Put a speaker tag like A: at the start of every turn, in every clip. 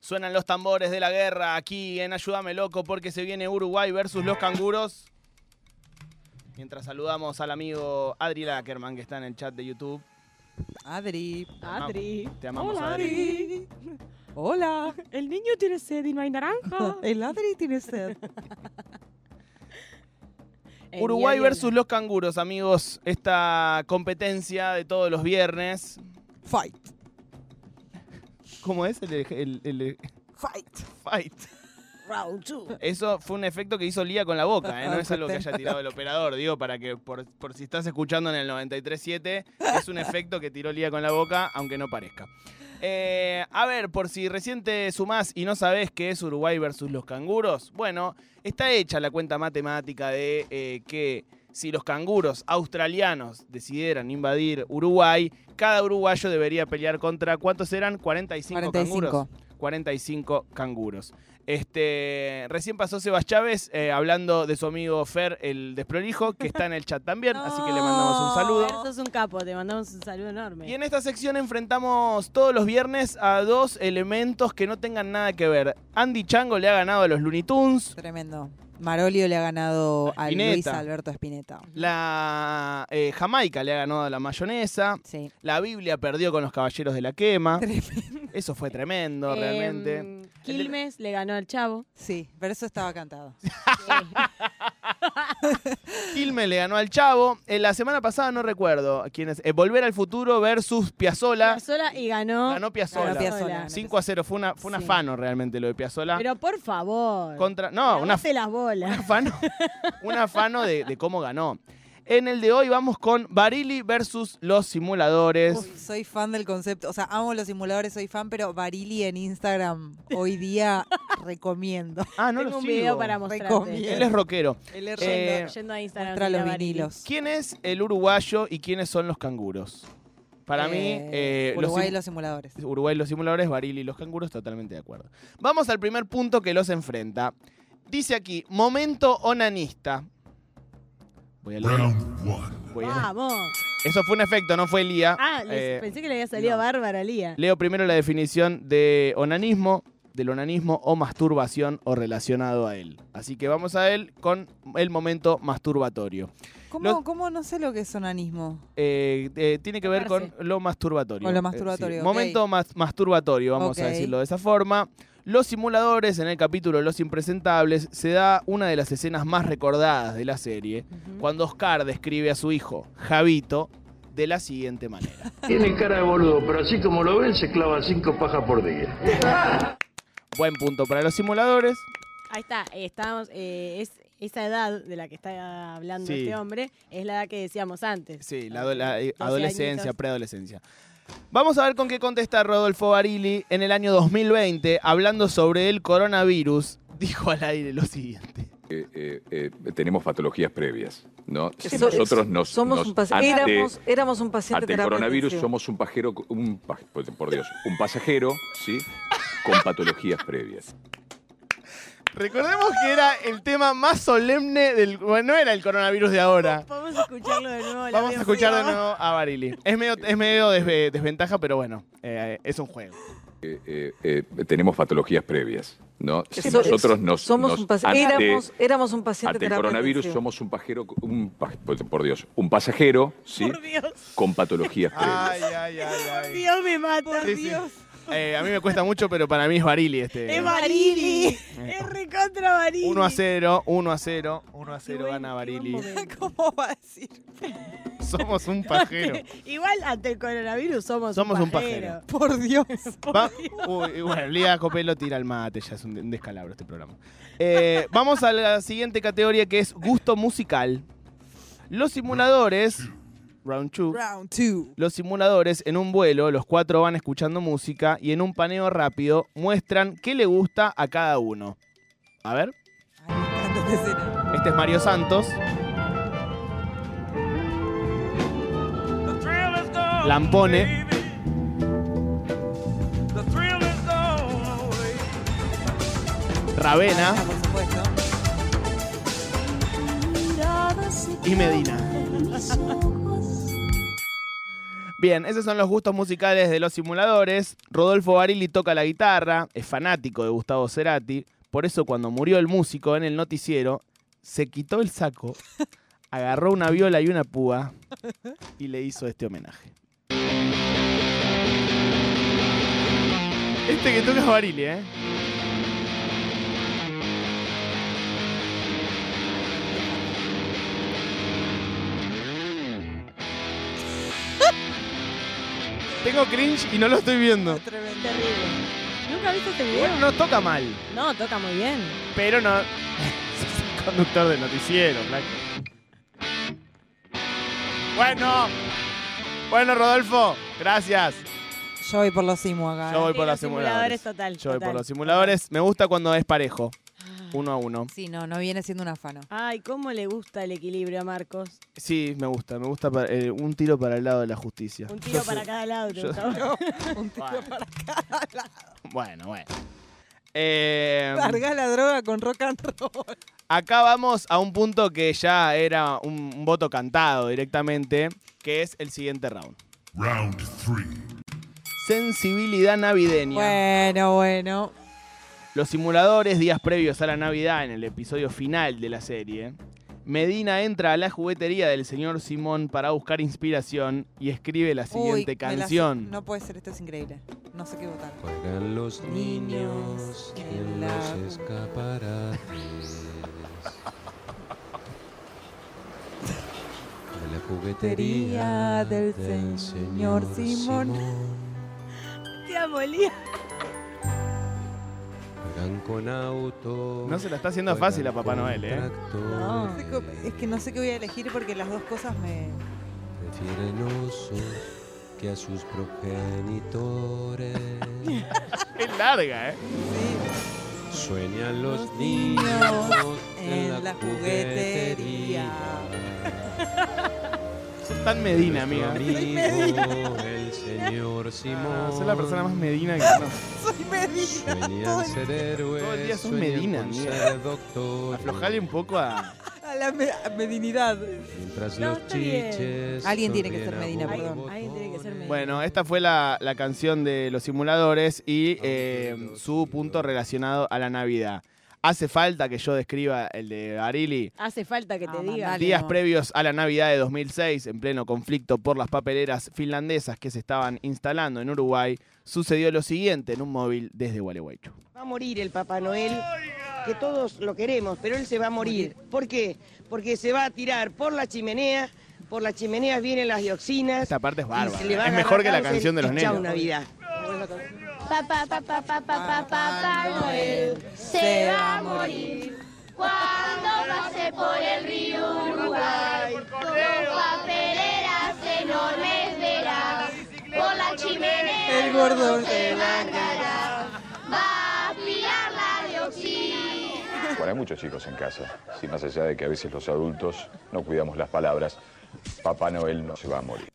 A: Suenan los tambores de la guerra aquí en Ayúdame Loco porque se viene Uruguay versus los canguros. Mientras saludamos al amigo Adri Lackerman que está en el chat de YouTube.
B: Adri.
A: ama-
C: Adri.
A: te amamos,
C: Hola,
A: Adri.
C: Adri.
B: Hola.
C: El niño tiene sed y no hay naranja.
B: El Adri tiene sed.
C: Eh,
A: Uruguay
C: bien, bien,
A: versus los canguros, amigos. Esta competencia de todos los viernes.
B: Fight.
A: ¿Cómo es el, el- el-
B: Fight.
A: fight?
B: Round two.
A: Eso fue un efecto que hizo Lía con la boca, ¿eh? no es algo que haya
B: Perfecto.
A: tirado el operador, digo, para que por, por si estás escuchando en el 93.7, es un efecto que tiró Lía con la boca, aunque no parezca. Eh, a ver, por si recién te sumás y no sabés qué es Uruguay versus los canguros, bueno, está hecha la cuenta matemática de eh, que si los canguros australianos decidieran invadir Uruguay, cada uruguayo debería pelear contra, ¿cuántos eran? 45,
B: 45.
A: canguros. 45 canguros. Este, recién pasó Sebas Chávez eh, hablando de su amigo Fer, el desprolijo, que está en el chat también, así que le mandamos un saludo.
C: Oh, Fer, sos un capo, te mandamos un saludo enorme.
A: Y en esta sección enfrentamos todos los viernes a dos elementos que no tengan nada que ver. Andy Chango le ha ganado a los Looney Tunes.
B: Tremendo. Marolio le ha ganado a
A: Spinetta.
B: Luis Alberto Spinetta.
A: La eh, Jamaica le ha ganado a la mayonesa.
B: Sí.
A: La Biblia perdió con los caballeros de la quema.
B: Tremendo.
A: Eso fue tremendo,
C: Em,
A: realmente.
C: Quilmes le ganó al Chavo. Eh,
B: Sí, pero eso estaba cantado.
A: Quilmes le ganó al Chavo. Eh, la semana pasada no recuerdo quién es. Eh, Volver al futuro versus Piazzola.
C: Piazzolla y ganó.
A: Ganó Piazzola.
B: Ganó Piazzolla.
C: Piazzolla.
A: 5 a 0. Fue, una, fue un
C: Sí.
A: afano realmente lo de Piazzola.
C: Pero por favor.
A: Contra, no, una,
C: Lavate las bolas.
A: un afano, un afano de, de cómo ganó. En el de hoy vamos con Barili versus los simuladores.
B: Uf, soy fan del concepto. O sea, amo los simuladores, soy fan, pero Barili en Instagram hoy día recomiendo.
A: ah, no
C: Tengo
A: lo
C: un
A: sigo.
C: video para mostrarte.
B: Recomiendo.
A: Él es rockero.
B: El
A: Eh,
C: Yendo, yendo a Instagram.
B: contra los
C: mira, Barili.
B: vinilos.
A: ¿Quién es el uruguayo y quiénes son los canguros? Para mí, eh, los
B: Uruguay
A: sim-
B: y los simuladores.
A: Uruguay los simuladores, Barili y los canguros, totalmente de acuerdo. Vamos al primer punto que los enfrenta. Dice aquí, momento onanista. Voy a leer.
D: Round one.
A: voy a leer.
C: Vamos.
A: Eso fue un efecto, no fue Elía.
C: Ah, les-
A: Eh,
C: pensé que le había salido
A: no.
C: Bárbara Lía.
A: Leo primero la definición de onanismo, del onanismo o masturbación o relacionado a él. Así que vamos a él con el momento masturbatorio.
B: ¿Cómo,
A: Los-
B: cómo no sé lo que es onanismo?
A: Eh, eh, tiene que ver con lo masturbatorio.
B: Con lo
A: Eh,
B: masturbatorio, ok.
A: Momento mas- masturbatorio, vamos a
B: Ok.
A: decirlo de esa forma. Los simuladores, en el capítulo Los Impresentables, se da una de las escenas más recordadas de la serie,
C: Ujú.
A: cuando Oscar describe a su hijo, Javito, de la siguiente manera.
E: Tiene cara de boludo, pero así como lo ven, se clava cinco pajas por día.
A: Buen punto para los simuladores.
C: Ahí está, eh, estábamos, eh, es, esa edad de la que está hablando
A: Sí.
C: este hombre es la edad que decíamos antes.
A: Sí, la, ado- la, eh,
C: 12
A: adolescencia,
C: añitos.
A: preadolescencia. Vamos a ver con qué contesta Rodolfo Barili en el año 2020, hablando sobre el coronavirus. Dijo al aire lo siguiente.
F: eh, eh, tenemos patologías previas, ¿no? Si
G: So-
F: nosotros nos,
G: somos
F: nos-
G: un pas-
F: ante,
G: éramos, éramos un paciente
F: ante el
G: terapia
F: coronavirus
G: intensiva.
F: somos un pajero, un pa- por Dios, un pasajero, ¿sí? Con patologías previas.
A: Recordemos que era el tema más solemne del... Bueno, no era el coronavirus de ahora.
C: Vamos a escucharlo de nuevo. la
A: Vamos a
C: veo
A: escuchar de
C: fría.
A: nuevo a Barili. Es medio, es medio desve- desventaja, pero bueno, eh, es un juego.
F: Eh, eh, eh, tenemos patologías previas, ¿no? Si
G: So-
F: nosotros nos,
G: somos
F: nos-
G: un pas-
F: ante,
G: éramos, éramos un paciente
F: ante el
G: terapia
F: coronavirus
G: intensiva.
F: somos un pajero, un pa- por Dios, un pasajero, ¿sí?
C: Por Dios,
F: Con patologías previas.
A: ay, ay,
C: Dios me mata.
A: Sí, sí.
C: Dios.
A: Eh, a mí me cuesta mucho, pero para mí es Barili este.
C: Es Barili. Es recontra Barili.
A: 1 a 0, 1 a 0, 1 a 0
C: buen-
A: gana
C: qué
A: Barili.
C: buen momento.
B: ¿Cómo va a decir?
A: Somos un pajero.
C: Igual ante el coronavirus somos,
A: Somos un
C: un
A: pajero.
C: pajero.
B: Por Dios.
A: Va- Uy, bueno, Lía Copelo tira el mate, ya es un de- un descalabro este programa. Eh, vamos a la siguiente categoría que es gusto musical. Los simuladores, round 2,
B: Round two.
A: los simuladores en un vuelo, los cuatro van escuchando música y en un paneo rápido muestran qué le gusta a cada uno. A ver,
B: Ay, me encanta esta escena.
A: este es Mario Santos. Lampone. Ravena
B: Ah, por supuesto.
A: y Medina. Bien, esos son los gustos musicales de los simuladores. Rodolfo Barili toca la guitarra, es fanático de Gustavo Cerati. Por eso, cuando murió el músico en el noticiero, se quitó el saco, agarró una viola y una púa y le hizo este homenaje. Este que toca es Barili, ¿eh? Tengo cringe y no lo estoy viendo.
B: Tremendo.
C: Terrible. ¿Nunca viste este video?
A: Bueno, no toca mal,
C: No, toca muy bien.
A: pero no. Sos el conductor de noticiero, flaco. Bueno, bueno, Rodolfo, gracias.
B: Yo voy por los simu acá. ¿eh?
A: Yo voy
C: Ah, Sí,
A: por los
C: los simuladores,
A: simuladores.
C: total,
A: Yo voy por
C: total. Ah.
A: los simuladores. Me gusta cuando es parejo, uno a uno.
B: Sí, no, no viene siendo un afano.
C: Ay, cómo le gusta el equilibrio a Marcos.
A: Sí, me gusta, me gusta pa- eh, un tiro para el lado de la justicia.
C: Un tiro
A: Yo
C: para
A: soy-
C: cada lado.
A: yo-
C: ¿no?
A: Bueno. Bueno, bueno. Eh,
B: Larga la droga con rock and roll.
A: acá vamos a un punto que ya era un, un voto cantado directamente, que es el siguiente round.
D: Round three.
A: Sensibilidad navideña.
B: Bueno, bueno.
A: Los simuladores, días previos a la Navidad, en el episodio final de la serie, Medina entra a la juguetería del señor Simón para buscar inspiración y escribe la
B: Uy,
A: siguiente
B: me la sé.
A: canción.
B: No puede ser, esto es increíble. No sé qué votar.
H: Juegan los niños en los escaparates. De la juguetería del señor Simón.
C: Te amo, Lía.
H: Juegan con auto.
A: No se la está haciendo fácil a Papá Noel, ¿eh?
C: No.
B: No sé cómo- Es que no sé qué voy a elegir porque las dos cosas me.
H: Prefieren osos que a sus progenitores.
A: Es larga, ¿eh?
B: Sí.
H: Sueñan los
B: Los niños
H: niños
B: en
H: en
B: la
H: la juguetería.
A: Sos tan Medina, amiga.
H: Nuestro amigo, el señor Simón.
A: No, sos la persona más Medina que conozco.
B: Soy medida. todo
H: Sueñan
B: el-
H: ser héroes.
A: Todo el día sos
H: sueñan
A: Medina,
H: con
A: amiga.
H: ser doctor.
A: Aflojale un poco a.
B: A la me- a medinidad.
H: Mientras
C: No,
H: los
C: está bien.
H: chiches.
B: Alguien tiene que ser
H: sonríen a
B: Medina,
H: borbotones.
B: perdón.
C: Alguien tiene que ser Medina.
A: Bueno, esta fue la, la canción de los simuladores y eh, su punto relacionado a la Navidad. ¿Hace falta que yo describa el de Arili?
C: Hace falta que te
B: Ah,
C: diga.
B: mandale.
A: Días
B: no.
A: previos a la Navidad de 2006, en pleno conflicto por las papeleras finlandesas que se estaban instalando en Uruguay, sucedió lo siguiente en un móvil desde Gualeguaychú.
I: Va a morir el Papá Noel, que todos lo queremos, pero él se va a morir. ¿Por qué? Porque se va a tirar por la chimenea, por las chimeneas vienen las dioxinas.
A: Esta parte es
I: y
A: bárbara.
I: se le va a
A: Es
I: agarrar
A: mejor que la
I: cáncer
A: canción de
I: y
A: los
I: chau,
A: nenes.
I: Navidad.
J: Papá, papá, papá, papá, papá Noel se va a morir cuando pase por el río Uruguay. Con papeleras enormes verá por la chimenea
B: El gordo.
J: se mandará. Va a aspirar la dioxina.
F: Bueno, hay muchos chicos en casa. Sí, más allá de que a veces los adultos no cuidamos las palabras, Papá Noel no se va a morir.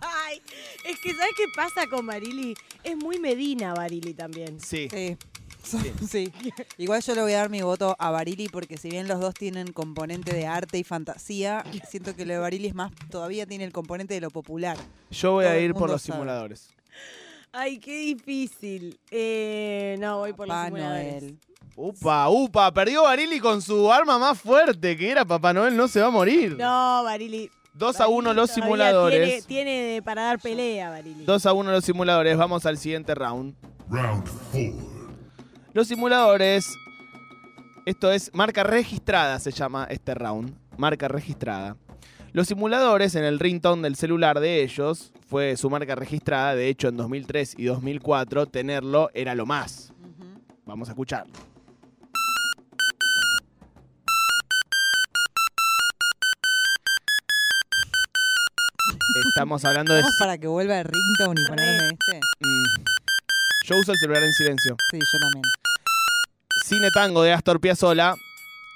C: Ay, es que ¿sabes qué pasa con Barili? Es muy Medina Barili también.
A: Sí.
B: Sí. Sí. Igual yo le voy a dar mi voto a Barili porque si bien los dos tienen componente de arte y fantasía, siento que lo de Barili es más, todavía tiene el componente de lo popular.
A: Yo voy a
B: Todo el
A: ir por
B: mundo
A: los
B: sabe.
A: simuladores.
C: Ay, qué difícil. Eh, no, voy por los
B: Papá
C: simuladores.
B: Noel.
A: Upa, upa, perdió Barili con su arma más fuerte, que era Papá Noel no se va a morir.
C: No, Barili.
A: 2 a 1
C: Barili
A: los
C: todavía
A: simuladores.
C: Tiene, tiene de- para dar pelea, Barili.
A: 2 a 1 los simuladores, vamos al siguiente round.
D: Round four.
A: Los simuladores. Esto es marca registrada, se llama este round. Marca registrada. Los simuladores en el ringtone del celular de ellos fue su marca registrada. De hecho, en 2003 y 2004 tenerlo era lo más.
B: Ujú.
A: Vamos a escucharlo. Estamos hablando de...
B: Vamos para que vuelva el ringtone y ponerme este.
A: Mm. Yo uso el celular en silencio.
B: Sí, yo también.
A: Cine Tango de Astor Piazzolla,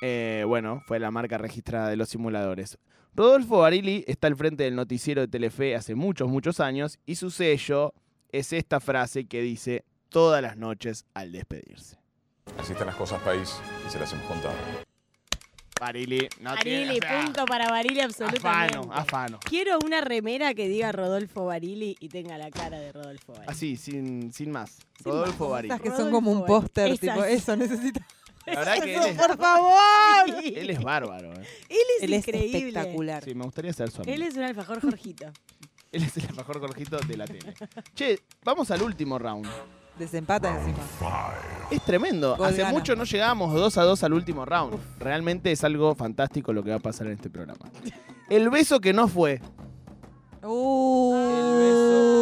A: eh, bueno, fue la marca registrada de los simuladores. Rodolfo Barili está al frente del noticiero de Telefe hace muchos, muchos años y su sello es esta frase que dice todas las noches al despedirse.
F: Ah. Así están las cosas, país, y se las hemos contado.
A: Barili, no tiene.
C: Barili,
A: o sea,
C: punto para Barili absolutamente.
A: Afano, afano.
C: Quiero una remera que diga Rodolfo Barili y tenga la cara de Rodolfo Barili.
A: Así, Ah, sin, sin más. Rodolfo Barili.
B: Estas que son como un póster,
C: Esas.
B: tipo, eso necesito.
A: La verdad que él es,
B: ¡Por favor!
A: él es bárbaro. eh.
C: Él es
B: Él es
C: increíble.
B: espectacular.
A: Sí, me gustaría ser su amigo.
C: Él es un alfajor Jorgito.
A: Él es el mejor gorjito de la tele. Che, vamos al último round.
B: Desempata encima.
A: Es tremendo.
B: Gol
A: Hace
B: gana.
A: mucho no llegábamos 2 a 2 al último round. Realmente es algo fantástico lo que va a pasar en este programa. El beso que no fue.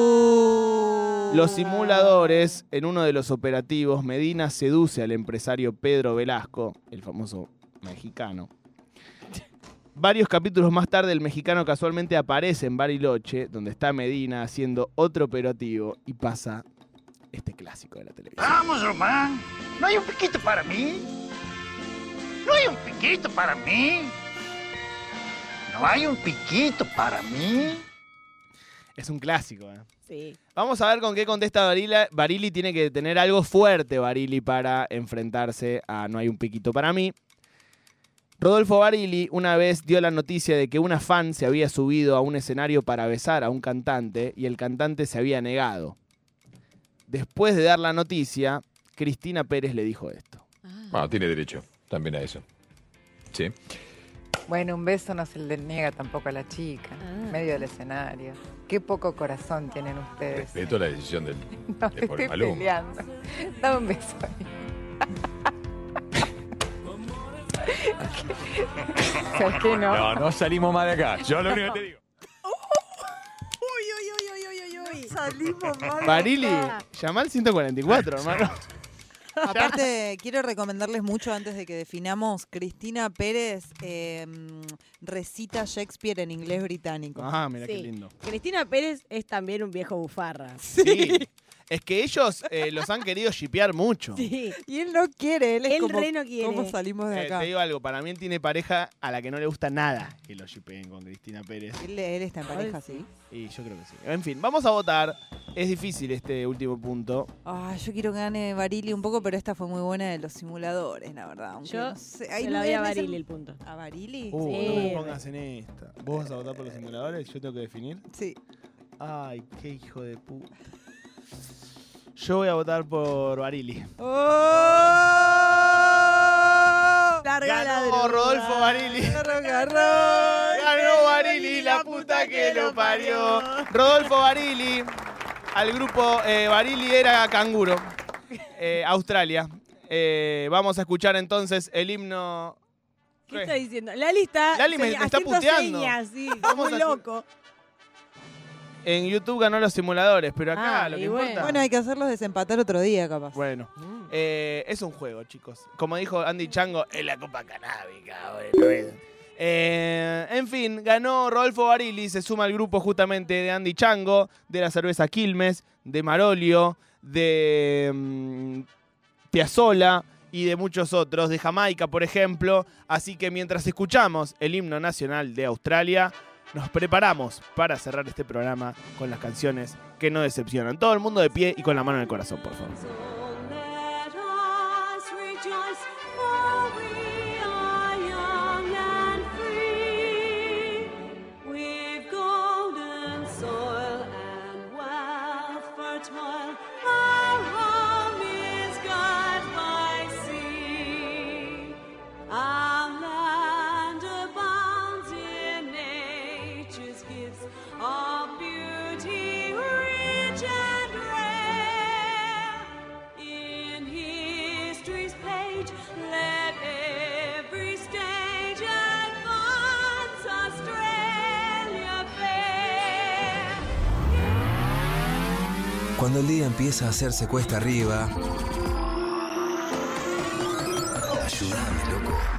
B: Uh.
A: Los simuladores, en uno de los operativos, Medina seduce al empresario Pedro Velasco, el famoso mexicano. Varios capítulos más tarde, el mexicano casualmente aparece en Bariloche, donde está Medina haciendo otro operativo y pasa este clásico de la televisión.
E: Vamos, Román. ¿No hay un piquito para mí? ¿No hay un piquito para mí? ¿No hay un piquito para mí?
A: Es un clásico, ¿eh?
C: Sí.
A: Vamos a ver con qué contesta Barila. Barili tiene que tener algo fuerte, Barili, para enfrentarse a No hay un piquito para mí. Rodolfo Barili una vez dio la noticia de que una fan se había subido a un escenario para besar a un cantante y el cantante se había negado. Después de dar la noticia, Cristina Pérez le dijo esto.
F: Ah, tiene derecho también a eso. Sí.
K: Bueno, un beso no se le niega tampoco a la chica,
B: Ah.
K: en medio del escenario. Qué poco corazón tienen ustedes.
F: Respeto la decisión del,
K: Eh, No,
F: de Paul
K: estoy
F: Maluma.
K: peleando. Dame un beso. ¿Sabes qué no?
F: No, no salimos más de acá. Yo lo único que te digo.
C: Uy, uy, uy, uy, uy, uy.
K: Salimos mal.
A: Barili, llama al 144, hermano.
B: Aparte, quiero recomendarles mucho antes de que definamos. Cristina Pérez eh, recita Shakespeare en inglés británico.
A: Ah, mira qué
C: Sí.
A: lindo.
C: Cristina Pérez es también un viejo bufarra.
A: Sí. Es que ellos eh, los han querido shipear mucho.
C: Sí.
B: Y él no quiere, él es
C: Él
B: como,
C: re no quiere.
B: ¿cómo salimos de
A: Eh,
B: acá?
A: te digo algo, para mí él tiene pareja a la que no le gusta nada que lo shippeen con Cristina Pérez.
B: Él, él está en pareja, ¿sí?
A: Y yo creo que sí. En fin, vamos a votar. Es difícil este último punto.
B: Ah, yo quiero que gane Barili un poco, pero esta fue muy buena de los simuladores, la verdad. aunque
C: Yo
B: no sé, ahí
C: Se
B: no
C: la doy a
B: me dicen-
C: Barili el punto.
B: ¿A Barili?
A: Uh,
C: Sí.
A: no me pongas en esta. ¿Vos vas a votar por los simuladores? ¿Yo tengo que definir?
B: Sí.
A: Ay, qué hijo de puta. Yo voy a votar por Barili.
C: Oh.
B: ¡Larga la
A: Ganó Rodolfo Barili. Ganó Barili, la puta que lo parió. Rodolfo Barili. Al grupo eh, Barili era canguro. Eh, Australia. Eh, vamos a escuchar entonces el himno.
C: ¿Qué está diciendo? Lali está,
A: Lali me-
C: seña-
A: me está
C: haciendo
A: puteando.
C: señas, sí,
A: Vamos a-
C: muy loco.
A: En YouTube ganó los simuladores, pero acá
C: Ah,
A: lo
C: y
A: que
C: bueno.
A: importa.
B: Bueno, hay que hacerlos desempatar otro día, capaz.
A: Bueno, eh, es un juego, chicos. Como dijo Andy Chango, es la copa canábica, bueno, es. Eh, en fin, ganó Rodolfo Barili, se suma al grupo justamente de Andy Chango, de la cerveza Quilmes, de Marolio, de mm, Piazzola y de muchos otros, de Jamaica, por ejemplo. Así que mientras escuchamos el himno nacional de Australia, nos preparamos para cerrar este programa con las canciones que no decepcionan. Todo el mundo de pie y con la mano en el corazón, por favor.
G: Our land abounds in nature's gifts of beauty rich and rare. In history's page, let every stage advance Australia fair.
L: Cuando el día empieza a hacerse cuesta arriba. Ayúdame, loco.